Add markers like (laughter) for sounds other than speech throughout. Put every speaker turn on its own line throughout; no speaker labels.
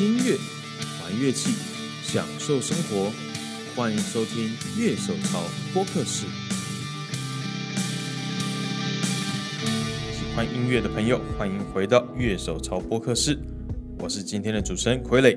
音乐、玩乐器、享受生活，欢迎收听《乐手潮播客室》。喜欢音乐的朋友，欢迎回到《乐手潮播客室》，我是今天的主持人傀儡。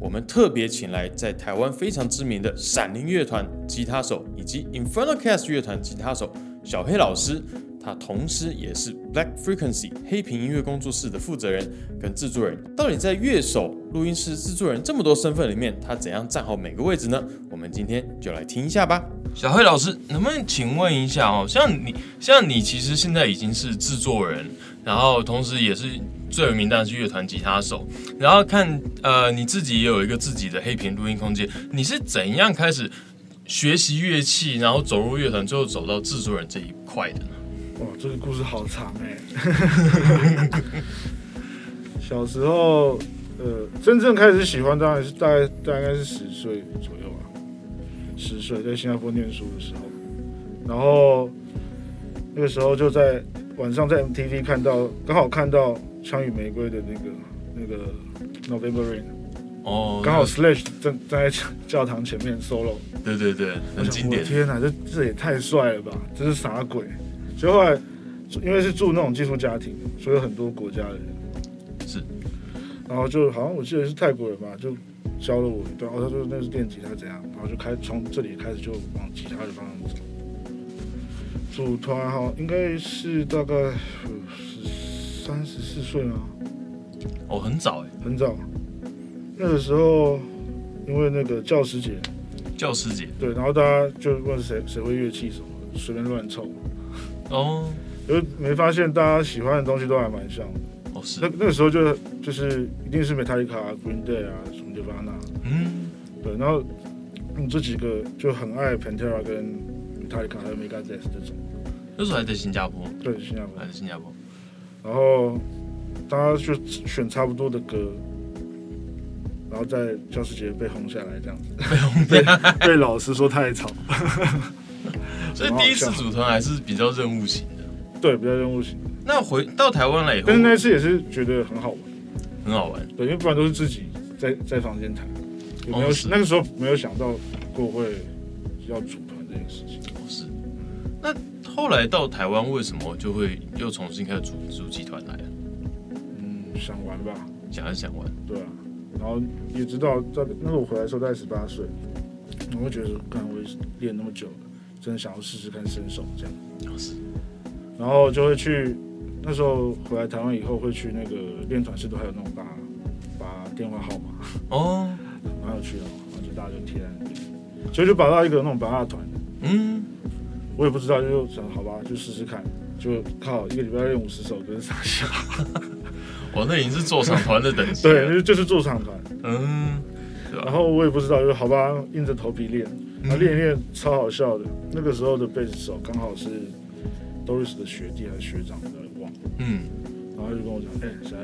我们特别请来在台湾非常知名的闪灵乐团吉他手以及 Inferno Cast 乐团吉他手小黑老师，他同时也是 Black Frequency 黑屏音乐工作室的负责人跟制作人。到底在乐手、录音师、制作人这么多身份里面，他怎样站好每个位置呢？我们今天就来听一下吧。小黑老师，能不能请问一下哦？像你，像你其实现在已经是制作人，然后同时也是最有名当然是乐团吉他手，然后看呃你自己也有一个自己的黑屏录音空间，你是怎样开始学习乐器，然后走入乐团，最后走到制作人这一块的呢？
哇，这个故事好长哎、 (laughs) 小时候，呃，真正开始喜欢当然是大概大概是十岁左右啊，十岁在新加坡念书的时候，然后那个时候就在晚上在 MTV 看到，刚好看到《枪与玫瑰》的那个那个 November Rain，
哦，
刚好 Slash 站站在教堂前面 solo，
对对对，哦很经典
我想我，天哪，这这也太帅了吧！这是啥鬼？所以后来，因为是住那种寄宿家庭，所以有很多国家的人
是，
然后就好像我记得是泰国人吧，就教了我一段，哦，他说那是电吉他怎样，然后就开从这里开始就往吉他的方向走。组团哈，应该是大概十三十四岁吗？
哦，很早哎，
很早，那个时候因为那个教师节，
教师节
对，然后大家就问谁谁会乐器什么的，随便乱凑。
哦，
因为没发现大家喜欢的东西都还蛮像的。
哦是
那，那个时候就就是一定是 Metallica 啊、Green Day 啊、什么 Nirvana，
嗯，
对，然后嗯这几个就很爱 Pantera 跟 Metallica 还有 Megadeth 这种，
那时候还在新加坡，
对，新加坡
还。在新加坡，
然后大家就选差不多的歌，然后在教师节被轰下来，这样子被被被老师说太吵，
所以第一次组团还是比较任务型的。
对，比较任务型。
那回到台湾来以后
但，是那一次也是觉得很好玩。
很好玩，
对，因为不然都是自己在在房间弹，也没有、
哦是
那个时候没有想到过会要组团这件事情。
哦是。那后来到台湾，为什么就会又重新开始组组集团来了？
嗯，想玩吧，
想一想玩，
对啊。然后也知道，在那个我回来的时候大概十八岁，我会觉得说，看我也是练那么久了，真的想要试试看身手这样。
哦是。
然后就会去，那时候回来台湾以后会去那个练团室，都还有那种把把电话号码， (laughs)
哦，
蛮有趣的哦，然后就大家就贴在那边，所以就把到一个那种把大团。
嗯，
我也不知道，就想好吧，就试试看，就靠一个礼拜练五十首歌傻笑。
哦，那已经是做场团的等级
对，
了。
就就是驻场团，
嗯，
然后我也不知道，就好吧，硬着头皮练，然后
嗯
练一练超好笑的。那个时候的贝斯手刚好是 Doris 的学弟还是学长，我有点忘了。
嗯，
然后他就跟我讲，哎、小艾，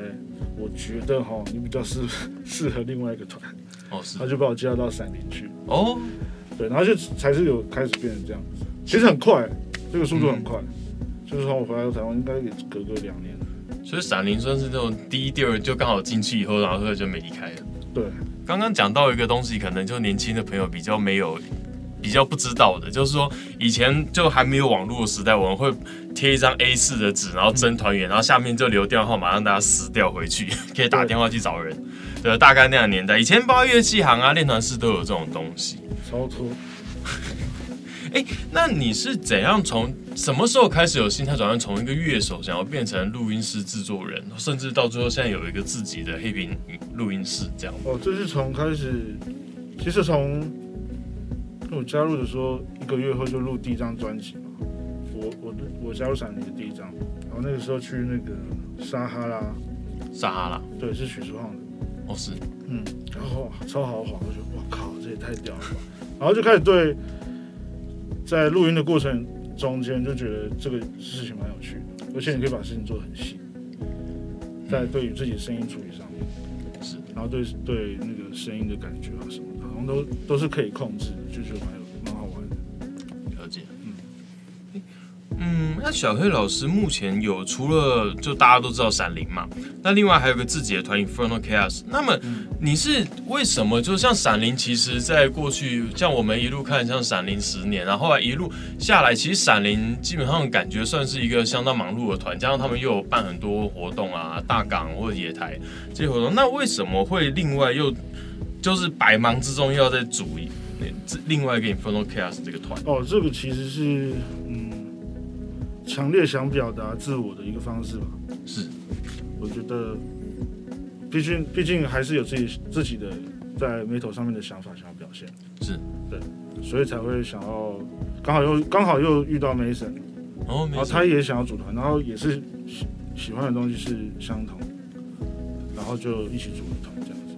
我觉得哈，你比较适适合 (laughs) 另外一个团，
哦是
他，就把我介绍到闪灵去。
哦，
对，然后就才是有开始变成这样子。其实很快，这个速度很快，就是从我回来到台湾，应该也隔个两年。
所以闪灵算是那种第一、第二就刚好进去以后，然后就没离开了。
对，
刚刚讲到一个东西，可能就年轻的朋友比较没有。比较不知道的，就是说以前就还没有网络的时代，我们会贴一张 A 4的纸，然后征团
嗯
员，然后下面就留电话号码让大家撕掉回去，可以打电话去找人。对，大概那样的年代，以前包括乐器行啊、练团室都有这种东西。
超脱。
哎，那你是怎样从什么时候开始有心态转换，从一个乐手想要变成录音师、制作人，甚至到最后现在有一个自己的黑屏录音室这样？
哦，这是从开始，其实从我加入的时候，一个月后就录第一张专辑嘛。我我我加入闪灵的第一张，然后那个时候去那个撒哈拉，
撒哈拉，
对，是许志晃的，
哦是，
嗯，然后哇超豪华，我觉得我靠，这也太屌了吧，然后就开始对，在录音的过程中间就觉得这个事情蛮有趣的，而且你可以把事情做得很细，在对于自己的声音处理上面。
是，
然后对对那个声音的感觉啊什么的，好像都都是可以控制的，就觉得蛮有蛮好玩的。
了解
嗯。
嗯，那那小黑老师目前有除了就大家都知道《闪灵》嘛，那另外还有个自己的团 Infernal Chaos。那么你是为什么就像《闪灵》，其实在过去像我们一路看像《闪灵》十年，然后后来一路下来，其实《闪灵》基本上感觉算是一个相当忙碌的团，加上他们又有办很多活动啊，大港或者野台这些活动，那为什么会另外又就是百忙之中又要再组一那这另外一个 Infernal Chaos 这个团？
哦，这个其实是嗯，强烈想表达自我的一个方式吧。
是，
我觉得，毕竟毕竟还是有自己自己的在 metal 上面的想法想要表现，
是
对，所以才会想要刚好又刚好又遇到 Mason，
哦，没
然
错
后啊他也想要组团，然后也是喜喜欢的东西是相同，然后就一起组个团这样子。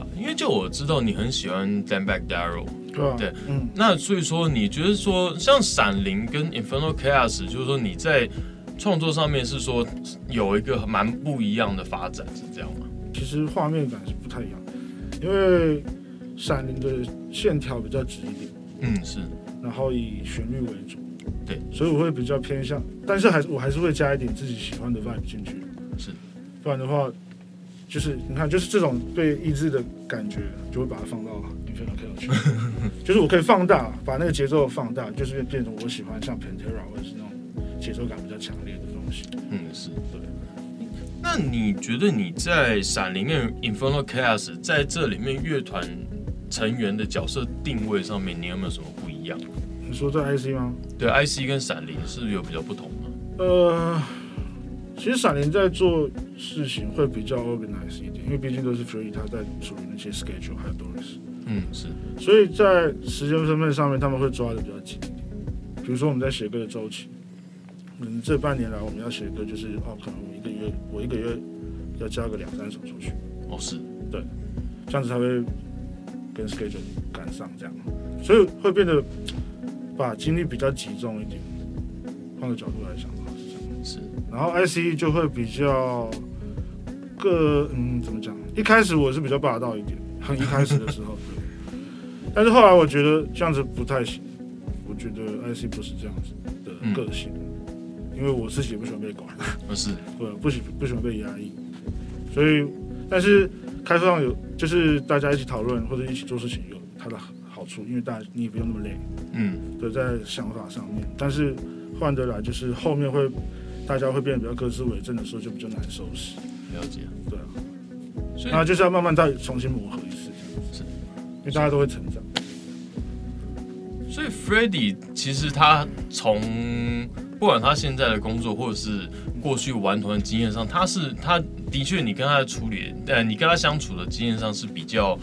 啊因为就我知道你很喜欢 Dan Back Darrow，
对啊，
对，
嗯，
那所以说你觉得说像《闪灵》跟《Infernal Chaos》，就是说你在创作上面是说有一个蛮不一样的发展，是这样吗？
其实画面感是不太一样，因为闪灵的线条比较直一点。
嗯，是
然后以旋律为主。
对，
所以我会比较偏向，但是还是我还是会加一点自己喜欢的 vibe 进去。
是，
不然的话，就是你看，就是这种被抑制的感觉，就会把它放到 Infinite
(laughs)
Chaos 去。就是我可以放大，把那个节奏放大，就是变成我喜欢像 Pantera 或者是那种节奏感比较强烈的东西。
嗯是对。那你觉得你在《闪灵》跟《Infernal Chaos》在这里面乐团成员的角色定位上面，你有没有什么不一样？
你说这 IC 吗？
对，IC 跟《闪灵》是不是有比较不同吗？
呃，其实闪灵在做事情会比较 organized 一点，因为毕竟都是 Free 他在处理那些 schedule 还有 Doris。
嗯，是
所以在时间分配上面，他们会抓的比较紧。比如说我们在写歌的周期，嗯，这半年来我们要写歌，就是哦，可能我一个月我一个月要加个两三首出去，
哦是
这样子才会跟 schedule 赶上这样，所以会变得把精力比较集中一点。换个角度来想的话是这样，
是
然后 ICE 就会比较个嗯怎么讲？一开始我是比较霸道一点，很一开始的时候，对但是后来我觉得这样子不太行，我觉得 IC 不是这样子的个性，因为我自己也不喜欢被管，
哦是
对，不喜不喜欢被压抑，所以但是开放有就是大家一起讨论或者一起做事情有它的好处，因为大家你也不用那么累，
嗯
对，在想法上面，但是换得来就是后面会大家会变得比较各自为政的时候就比较难收拾，
了解。
对啊，
所以
然后就是要慢慢再重新磨合一次，这样
是
子，因为大家都会成长。
所以 f r e d d y 其实他从不管他现在的工作或者是过去玩团的经验上，他是他的确你跟他的处理，呃，你跟他相处的经验上是比较。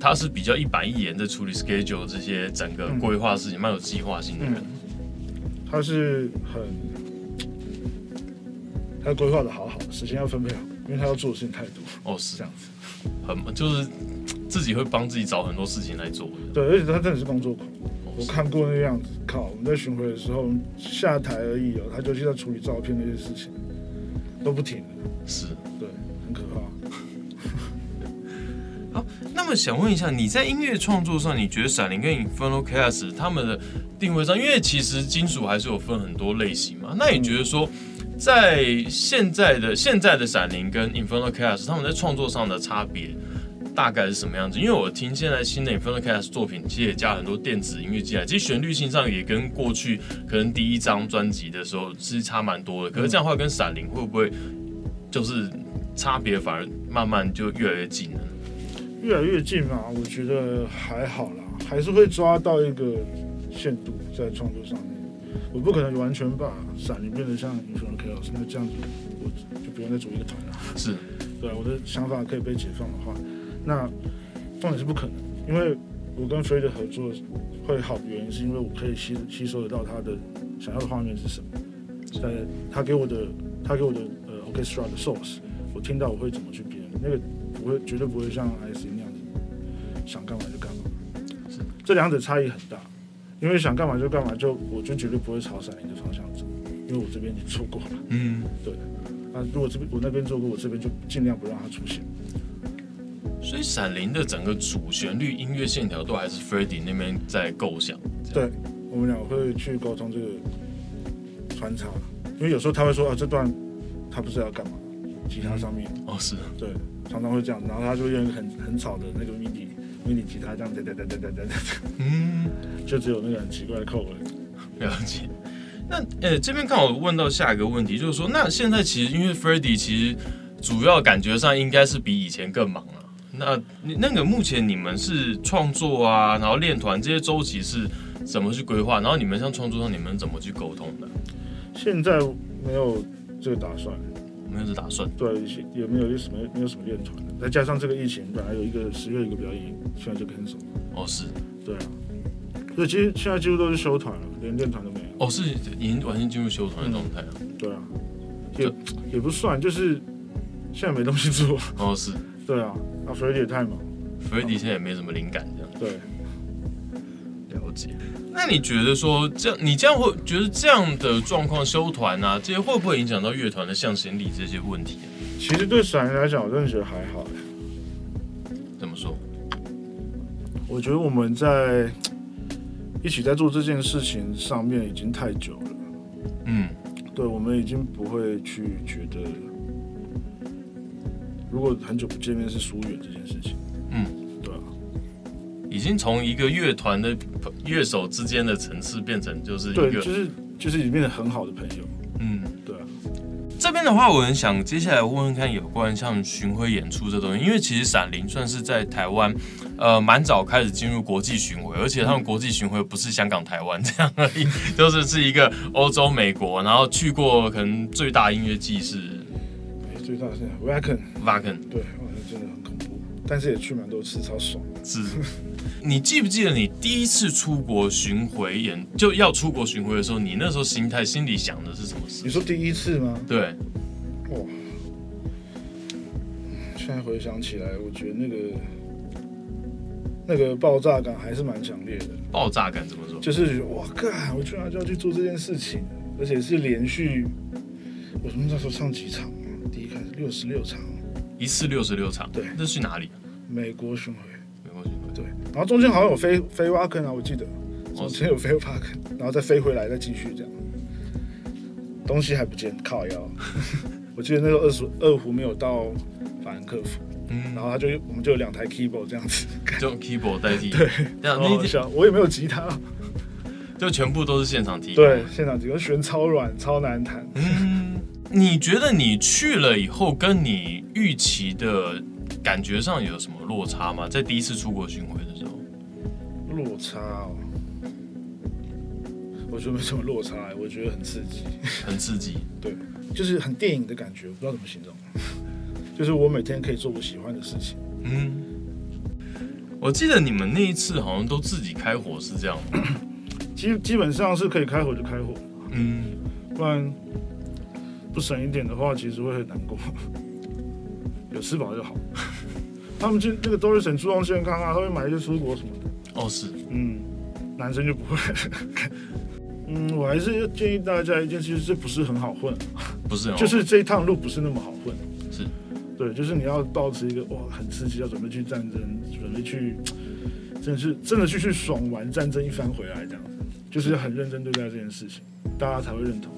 他是比较一板一眼在处理 schedule 这些整个规划事情，蛮、有计划性的人。
嗯他是很，他规划的好好的，时间要分配好，因为他要做的事情太多，
哦，
是
是
这样子。
很就是自己会帮自己找很多事情来做。
对，而且他真的是工作狂，
哦
我
是
看过那样子。靠，我们在巡回的时候下台而已哦，他就去在处理照片那些事情，都不停的，
是。
对，很可怕。
那么想问一下，你在音乐创作上，你觉得《闪灵》跟《Infernal Chaos》他们的定位上，因为其实金属还是有分很多类型嘛。那你觉得说，在现在的现在的《闪灵》跟《Infernal Chaos》他们在创作上的差别大概是什么样子？因为我听现在新的《Infernal Chaos》作品，其实也加很多电子音乐进来，其实旋律性上也跟过去可能第一张专辑的时候是差蛮多的。可是这样的话，跟《闪灵》会不会就是差别反而慢慢就越来越近了呢？
越来越近嘛，我觉得还好啦，还是会抓到一个限度在创作上面。我不可能完全把闪灵变得像英雄 K 老师那这样子，我就不用再组一个团了。
是。
对我的想法可以被解放的话，那当然是不可能，因为我跟 Fred 合作会好的原因是因为我可以吸吸收得到他的想要的画面是什么，在他给我的他给我的呃 orchestra 的 source，我听到我会怎么去编，那个不会绝对不会像 IC 那样子想干嘛就干嘛，这两者差异很大，因为想干嘛就干嘛就我就绝对不会朝闪灵的方向走，因为我这边已经做过了。
嗯，
啊，如果这边我那边做过，我这边就尽量不让它出现。
所以《闪灵》的整个主旋律音乐线条都还是 f r e d d y 那边在构想。
对，我们俩会去沟通这个穿插，因为有时候他会说啊这段他不知道要干嘛，吉他上面、
哦是，
对，常常会这样，然后他就用一个很很吵的那个 midi midi 吉他这样哒哒哒哒哒哒哒，
嗯，
就只有那个很奇怪的扣而已。
了解。那呃，这边刚好问到下一个问题，就是说，那现在其实因为 Freddy 其实主要感觉上应该是比以前更忙了、那你那个目前你们是创作啊，然后练团这些周期是怎么去规划？然后你们像创作上你们怎么去沟通的？
现在没有这个打算，
没有这打算。
对，也没有什么没有什么练团的，再加上这个疫情，本来有一个十月有一个表演，现在就很少。
哦，是，
对啊，所以其实现在几乎都是休团了，连练团都没有。
哦，是已经完全进入休团的状态了。
对啊，
就
也也不算，就是现在没东西 (laughs) 做。
哦，是
对啊，啊，所以也太忙。
，Freddy 现在也没什么灵感这样。
对，
了解。那你觉得说这样，你这样会觉得这样的状况休团啊，这些会不会影响到乐团的向心力这些问题、啊？
其实对散人来讲，我真的觉得还好。
怎么说？
我觉得我们在一起在做这件事情上面已经太久了。
嗯，
对，我们已经不会去觉得，如果很久不见面是疏远这件事情。
嗯，
对啊，
已经从一个乐团的朋乐手之间的层次变成就是一
对，
个
就是就是已经变成很好的朋友。
嗯。
对啊，
这边的话，我很想接下来问问看有关像巡回演出这东西，因为其实《闪灵》算是在台湾，呃，蛮早开始进入国际巡回，而且他们国际巡回不是香港、台湾这样而已，就是是一个欧洲、美国，然后去过可能最大音乐季是
哎，最大的是 w a c k e n
Wacken，
对，哇，那真的很恐怖，但是也去蛮多次，超爽。
是。你记不记得你第一次出国巡回演就要出国巡回的时候，你那时候心态心里想的是什么事
你？说第一次吗？
对，
哇！现在回想起来，我觉得那个那个爆炸感还是蛮强烈的，
爆炸感怎么说？
就是觉得哇，干，我居然就要去做这件事情，而且是连续，我们那时候唱几场啊？第一开始六十六场，
一次六十六场，
对
那是去哪里？啊
美国巡回，
美国巡回。
对，然后中间好像有飞飞挖坑啊，我记得
哦
中间有飞挖坑，然后再飞回来再继续这样，东西还不见，靠腰。 (laughs) 我记得那时候二十二胡没有到法兰克福。
嗯
然后他就我们就有两台 keyboard 这样子，
就用 keyboard 代替，对，啊哦这样
然
那
后
一天
笑，哦啊我也没有
(laughs)
吉他，
就全部都是现场提供。
对，，现场吉他弦超软，超难弹。
嗯，你觉得你去了以后，跟你预期的感觉上有什么落差吗？在第一次出国巡回的时候，
落差哦，我觉得没什么落差、我觉得很刺激，
很刺激，
就是很电影的感觉，我不知道怎么形容。 (laughs) 就是我每天可以做我喜欢的事情，
嗯。我记得你们那一次好像都自己开火，是这样吗？
基基本上是可以开火就开火，
嗯，
不然不省一点的话，其实会很难过。 (laughs) 有吃饱就好。 (laughs) 他们就那个都是很注重健康啊，他会买一些蔬果什么的。
哦是，
嗯，男生就不会。 (laughs) 嗯，我还是建议大家一件事，就是这不是很好混，
不是很好，
就是这一趟路不是那么好混。
哦是，
对，就是你要保持一个哇，很刺激，要准备去战争，准备去，真的是真的去去爽完战争一番回来这样子，就是很认真对待这件事情，大家才会认同。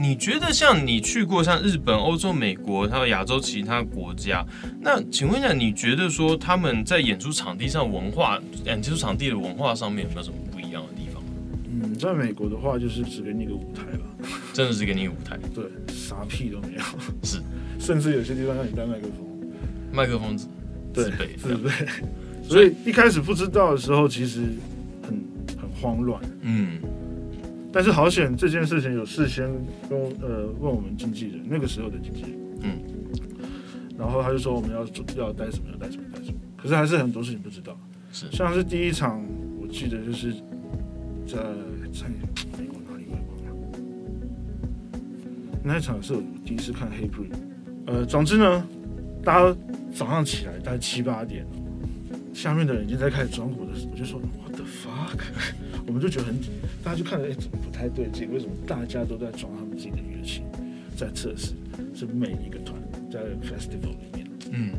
你觉得像你去过像日本、欧洲、美国，还有亚洲其他国家，那请问一下，你觉得说他们在演出场地上文化，演出场地的文化上面有没有什么不一样的地方？
嗯，在美国的话，就是只给你一个舞台吧，
真的是给你一个舞台，
对，啥屁都没有，
是，
(laughs) 甚至有些地方让你带麦克风。
麦克风自
对
自备
自
的，
备。所以一开始不知道的时候，其实很很慌乱。
嗯，
但是好险，这件事情有事先跟我呃问我们经纪人，那个时候的经纪人，
嗯，
然后他就说我们要做要带什么，要带什么，带什么。可是还是很多事情不知道，
是
像是第一场，我记得就是在在美国哪里我也忘了，那一场是我第一次看黑 b r 呃，总之呢，大家早上起来大概七八点，下面的人已经在开始装鼓的时候，我就说 What the fuck，我们 (laughs) 就觉得很紧，大家就看着哎、怎么不太对劲？为什么大家都在装他们自己的乐器，在测试？是每一个团在 festival 里面，
嗯，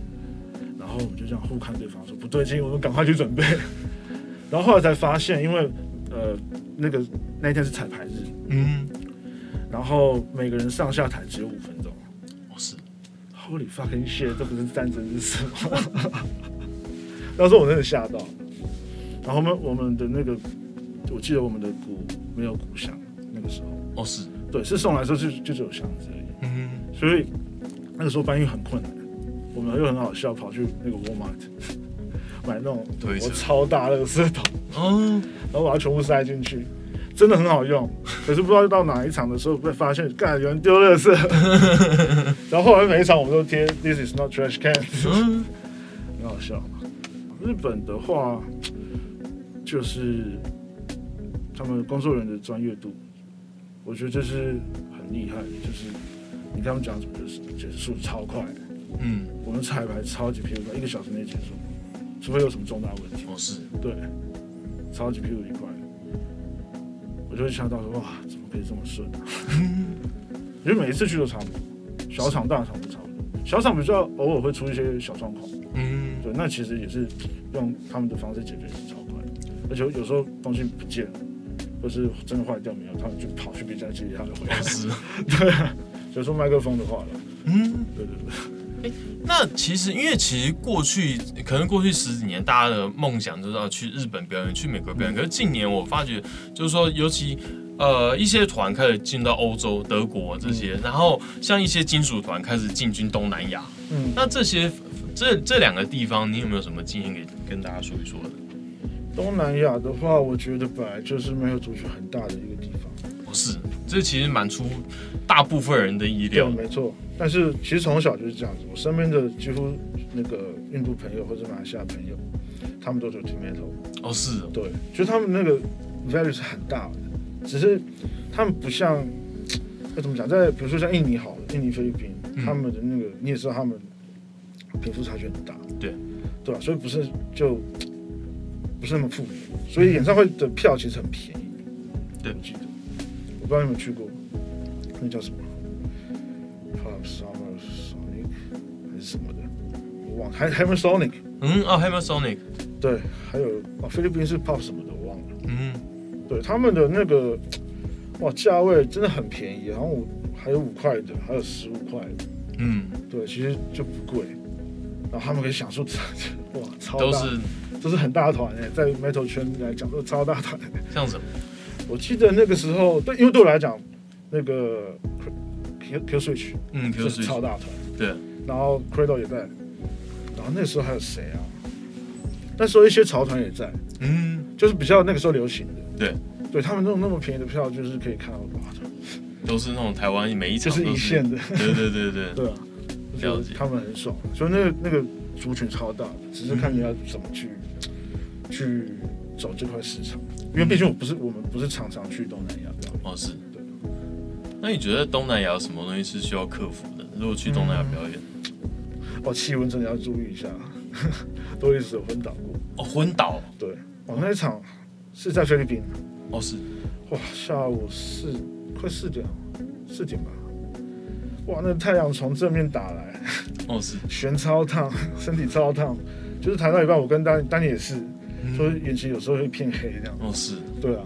然后我们就这样互看对方说不对劲，我们赶快去准备。 (laughs) 然后后来才发现，因为呃那个那一天是彩排日，
嗯，
然后每个人上下台只有五分钟。
哦是，
Holy fucking shit！这不是战争是什么？ (laughs) 那时候我真的吓到。然后我们我们的那个，我记得我们的鼓没有鼓响，那个时候，
哦是，
对，是送来的时候就就只有箱子而已。
嗯，
所以那个时候搬运很困难，我们又很好笑，跑去那个 Walmart 买那种
推车
我超大那个圾桶，
哦，
然后把它全部塞进去，真的很好用。可是不知道到哪一场的时候被发现，干有人丢垃圾，然后后来每一场我们都贴 This is not trash can，
嗯，
很好笑。日本的话，就是他们工作人员的专业度，我觉得这是很厉害，就是你跟他们讲什么就是结束超快，
嗯，
我们彩排超级 P 快，一个小时内结束，除非有什么重大问题。
哦是，
对，超级 P 一块，我就会想到说哇，怎么可以这么顺、啊？ (laughs) 因为每一次去都差不多，小厂大厂都差不多，小厂比较偶尔会出一些小状况，
嗯，
对，那其实也是用他们的方式解决是超快，而且有时候东西不见了，或是真的坏掉没有，他们就跑去别家借，他就回来
哦。
(laughs)
是，
所以说麦克风的话了，
嗯。
对对对，
那其实，因为其实过去可能过去十几年，大家的梦想就是要去日本表演，去美国
嗯
表演。可是近年我发觉，就是说，尤其呃一些团开始进到欧洲、德国这些，然后像一些金属团开始进军东南亚。
嗯，
那这些这这两个地方，你有没有什么经验给跟大家说一说的？
东南亚的话，我觉得本来就是没有足球很大的一个地方。
不是，这其实蛮出大部分人的意
对，
料。
没错。但是其实从小就是这样子，我身边的几乎那个印度朋友或者马来西亚朋友，他们都是听 metal，
哦，是哦，
对，就他们那个 value 是很大的，只是他们不像要怎么讲，在比如说像印尼好了，印尼、菲律宾，
嗯
他们的那个你也知道，他们贫富差距很大，
对，
对吧、所以不是就不是那么富裕，所以演唱会的票其实很便宜，
对
我记得，我不知道你们去过，那叫什么，Club Summer Sonic 还是什么的，我忘了，还还有 Sonic，
嗯，哦 h a m m e r Sonic，
对，还有哦，菲律宾是 Pop 什么的，我忘了。
嗯，
对他们的那个哇价位真的很便宜，然后我还有五块的，还有十五块的，
嗯，
对，其实就不贵。然后他们可以享受 (laughs) 哇超大，
都是
都是很大团哎、在 metal 圈来讲都是超大团。
这样子。
我记得那个时候，对，因为对我来讲，那个 Q Q Switch
嗯，比如
就是超
说，
大团，
对，
然后 Cradle 也在，然后那时候还有谁啊？那时候一些潮团也在，
嗯，
就是比较那个时候流行的。
对，
对他们那种那么便宜的票，就是可以看到哇，
都是那种台湾每一
就
场
是
都
一
是
线的，
对对对对，
(laughs) 对啊，
了解
他们很爽，所以那个那个族群超大的，只是看你要怎么去、去走这块市场，因为毕竟我不是我们不是常常去东南亚的，
哦是
对。
那你觉得东南亚有什么东西是需要克服的？如果去东南亚表演，
嗯哦，气温真的要注意一下， (laughs) 多一次有昏倒过，
哦，昏倒，
对，哦那一场是在菲律宾，
哦是，
哇，下午四快四点了，四点吧，哇，那太阳从正面打来。
哦是，
悬超烫，身体超烫，就是弹到一半，我跟丹丹尼也是，说眼睛有时候会偏黑这样。
哦是，
对啊，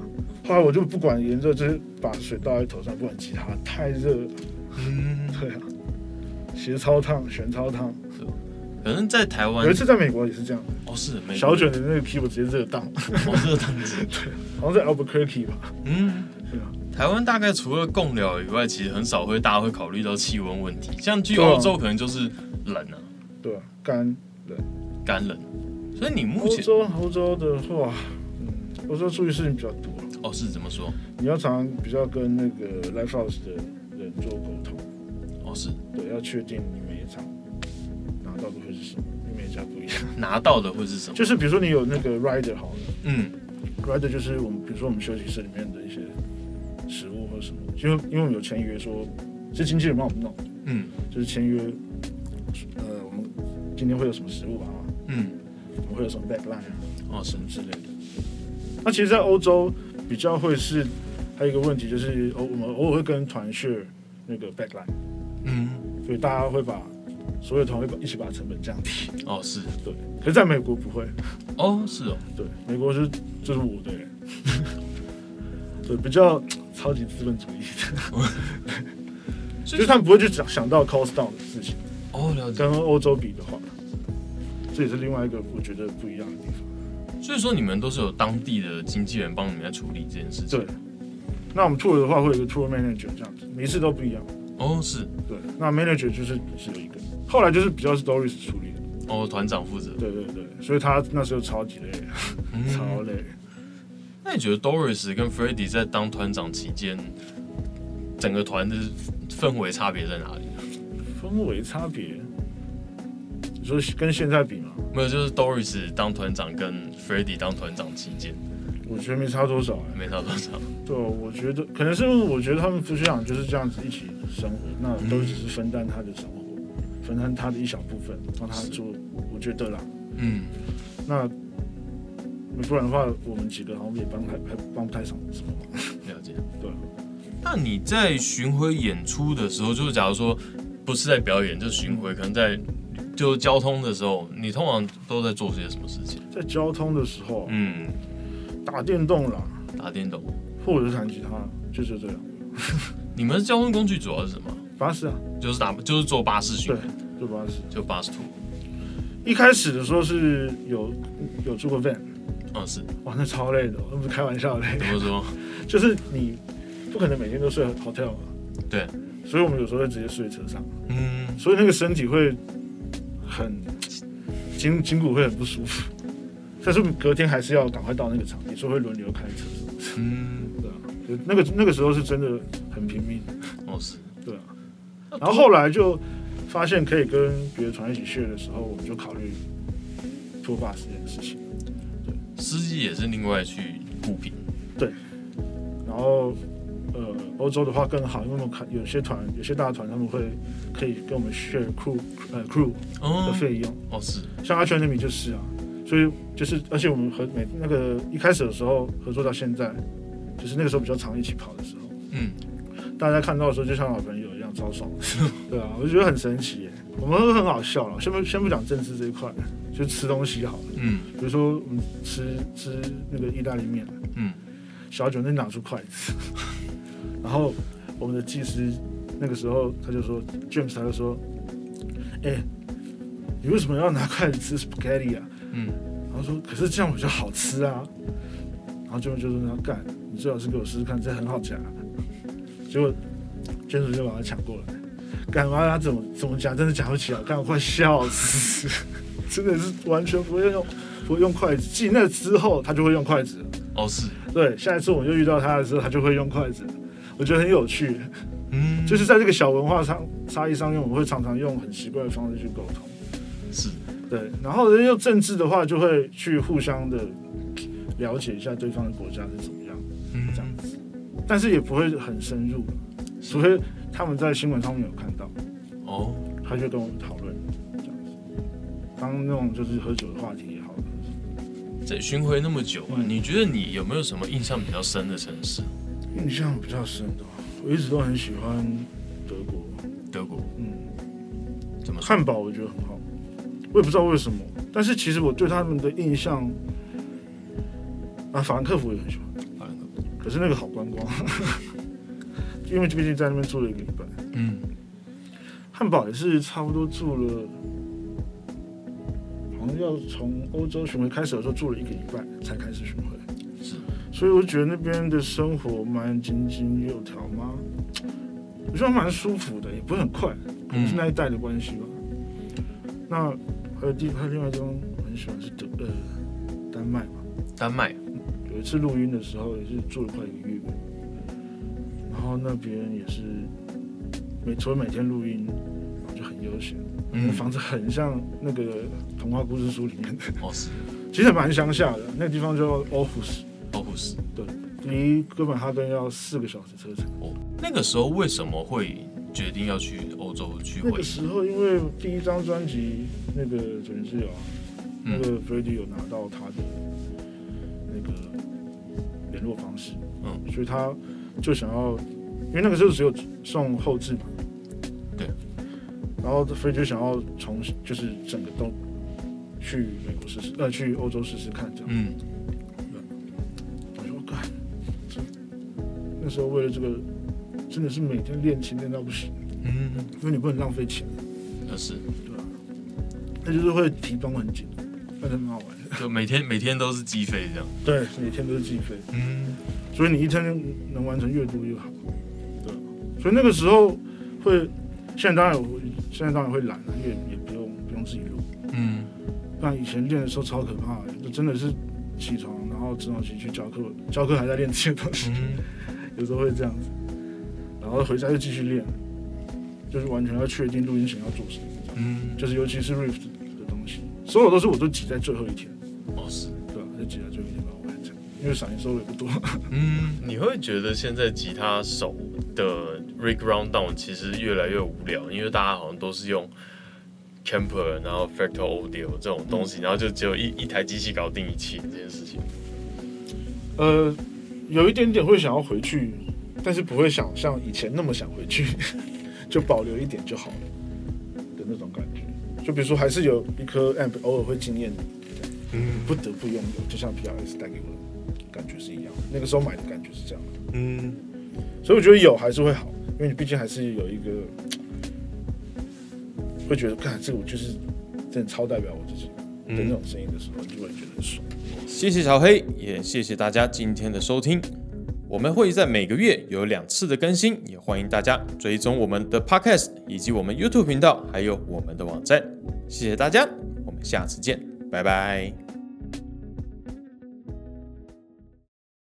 后来我就不管炎热，就是把水倒在头上，不管吉他太热 (laughs) 了。
嗯，
对啊，鞋超烫，悬超烫。
可能在台湾
有一，次在美国也是这样，
哦是，美国
小卷，的那个皮我直接热
(laughs)
到，
哦这个当子，
(laughs) 好像在 Albuquerque 吧。
嗯
对啊。
台湾大概除了供疗以外，其实很少会大家会考虑到气温问题。像去
对啊
欧洲可能就是冷啊，
对啊，干。
干冷。所以你目
欧
前
洲啊欧洲的话，嗯，欧洲注意事情比较多，
哦是怎么说？
你要常常比较跟那个 l i f e house 的人做沟通。
哦是
对，要确定你每一场拿到的会是什么，因为每一家不一样。
拿到的会是什么？
就是比如说你有那个 rider 好了
嗯
，rider 就是我们比如说我们休息室里面的一些食物或什么，因为因为我们有签约说，是经纪人帮我们弄，
嗯
就是签约，呃，我们今天会有什么食物啊，
嗯，
我们会有什么 backline 啊
哦是
什么之类的。那其实，在欧洲比较会是，还有一个问题就是，偶我们偶尔会跟团 share 那个 backline，
嗯
所以大家会把所有团会把一起把成本降低。
哦是
对，可是在美国不会，
哦是哦。
(laughs) 对，美国是就是我的人，对，比较草超级资本主义的，
就
就是他们不会去想想到 cost down 的事情。
哦，了解。
跟欧洲比的话，这也是另外一个我觉得不一样的地方。
所以说你们都是有当地的经纪人帮你们在处理这件事情。
对，那我们 tour 的话会有一个 tour manager 这样子，每一次都不一样。
哦，是
对，那 manager 就是只有一个，后来就是比较是 Doris 处理的。
哦，团长负责。
对对对，所以他那时候超级累，
嗯
超累。
那你觉得 Doris 跟 f r e d d y 在当团长期间，整个团的氛围差别在哪里？
氛围差别，你说跟现在比嘛，
没有，就是 Doris 当团长跟 f r e d d y 当团长期间
我觉得没差多少哎、
没差多少。
对，我觉得可能是因为我觉得他们夫妻俩就是这样子一起生活，那
嗯
都只是分担他的生活，分担他的一小部分，帮他做。我觉得啦，
嗯，
那不然的话，我们几个好像也帮还还帮不太上什么忙。
了解。
对。
那你在巡回演出的时候，就是假如说不是在表演，就是巡回，可能在就交通的时候，你通常都在做些什么事情？
在交通的时候，
嗯，
打电动啦，
打电动。
或者是弹吉他，就是这样。
你们的交通工具主要是什么？
巴士啊，
就是打，就是坐巴士巡
对
回，，
就巴士。
就巴士 tour。
一开始的时候是有有住过 van，
嗯，是。
哇，那超累的，那不是开玩笑的 (laughs) 累
怎，么说？
就是你不可能每天都睡 hotel 嘛。
对。
所以我们有时候会直接睡车上，
嗯，
所以那个身体会很筋筋骨会很不舒服。但是隔天还是要赶快到那个场地，所以会轮流开车。
嗯，
对啊，就那个那个时候是真的很拼命，
哦是。
对啊。然后后来就发现可以跟别的团一起去的时候，我们就考虑拖把这件事情。
司机也是另外去雇品，
然后呃，欧洲的话更好，因为我们看有些团有些大团他们会可以跟我们 share crew 呃 crew 的
哦，
费用，
哦是，
像阿全那米就是啊，所以就是而且我们和每那个一开始的时候合作到现在，就是那个时候比较常一起跑的时候。
嗯，
大家看到的时候就像老朋友一样超爽的，对啊，我就觉得很神奇耶。我们都很好笑了，先不先不讲政治这一块，就吃东西好了。
嗯
比如说我们吃吃那个意大利面，
嗯，
小九那拿出筷子，然后我们的技师那个时候他就说，James 他就说，哎、你为什么要拿筷子吃 spaghetti 啊？
嗯，
然后说，可是这样比较好吃啊。然后 James 就说，那干，你最好是给我试试看，这很好夹。结果 James 就把他抢过来，干嘛他怎么怎么夹，真的夹不起来，干我快笑死， (laughs) 真的是完全不会用不会用筷子。继那之后，他就会用筷子了。
哦是，
对，下一次我又遇到他的时候，他就会用筷子，我觉得很有趣。
嗯，
就是在这个小文化上差异上面，我们会常常用很奇怪的方式去沟通。
是，
对，然后又政治的话，就会去互相的了解一下对方的国家是怎么样，
嗯
这样但是也不会很深入，除非他们在新闻上面有看到，
哦，
他就跟我们讨论这样子，当那种就是喝酒的话题也好。
在巡回那么久啊，
嗯
你觉得你有没有什么印象比较深的城市？
印象比较深的，我一直都很喜欢德国，
德国
嗯。
怎么说？
汉堡我觉得很好，我也不知道为什么，但是其实我对他们的印象，啊，法兰克福也很喜欢，
法兰克福
可是那个好观光， (laughs) 因为毕竟在那边住了一个礼拜，
嗯，
汉堡也是差不多住了，好像要从欧洲巡回开始的时候住了一个礼拜才开始巡回，
是，
所以我觉得那边的生活蛮井井有条嘛，我觉得蛮舒服的，也不会很快。可能是那
嗯，
一代的关系吧。那还有第还有另外一地方我很喜欢是德呃丹麦吧。
丹麦，
有一次录音的时候也是住了快一个月，然后那边也是每除了每天录音，然后就很悠闲。那
嗯，
房子很像那个童话故事书里面的， (laughs)
哦是，
其实蛮乡下的。那个地方叫 o f f s
奥胡斯。
离哥本哈根要四个小时车程。
哦，那个时候为什么会决定要去欧洲去
那
回
个？时候，因为第一张专辑那个准人自由啊，那
嗯
个 Freddy 有拿到他的那个联络方式，
嗯，
所以他就想要，因为那个时候只有送后置嘛，
对，
然后 Freddy 就想要从就是整个都去美国试试，呃，去欧嗯洲试试看这样。
嗯，
我说干，这那那时候为了这个，真的是每天练琴练到不行，
嗯，
因为你不能浪费钱，
嗯
那是，
那就是会提绷很紧，但是很好玩。
就每天每天都是鸡飞这样，
对，每天都是计费，
嗯，
所以你一天能完成越多越好。对，所以那个时候会，现在当然我现在当然会懒了，因为也不用不用自己录。
嗯，
但以前练的时候超可怕的，就真的是起床，然后早上起去教课，教课还在练这些东西，
嗯，
有时候会这样子，然后回家就继续练，就是完全要确定录音前要做什么，
嗯，
就是尤其是 riff 的东西，所有都是我都挤在最后一天，
嗯
哦是，
对吧、就挤在最后一天把它完成，因为闪音收的也不多。
嗯，你会觉得现在吉他手的 rig round down 其实越来越无聊，因为大家好像都是用 camper，然后 factor audio 这种东西，然后就只有一一台机器搞定一切这件事情。
呃，有一点点会想要回去，但是不会想像以前那么想回去， (laughs) 就保留一点就好了的那种感觉。就比如说，还是有一颗 amp 偶尔会惊艳你，
嗯
不得不拥有，就像 PRS 带给我的感觉是一样。那个时候买的感觉是这样，
嗯
所以我觉得有还是会好，因为你毕竟还是有一个会觉得，看这个我就是真的超代表我自己的那种声音的时候，就会觉得很爽。
谢谢小黑，也谢谢大家今天的收听。我们会在每个月有两次的更新，也欢迎大家追踪我们的 Podcast 以及我们 YouTube 频道，还有我们的网站。谢谢大家，我们下次见，拜拜。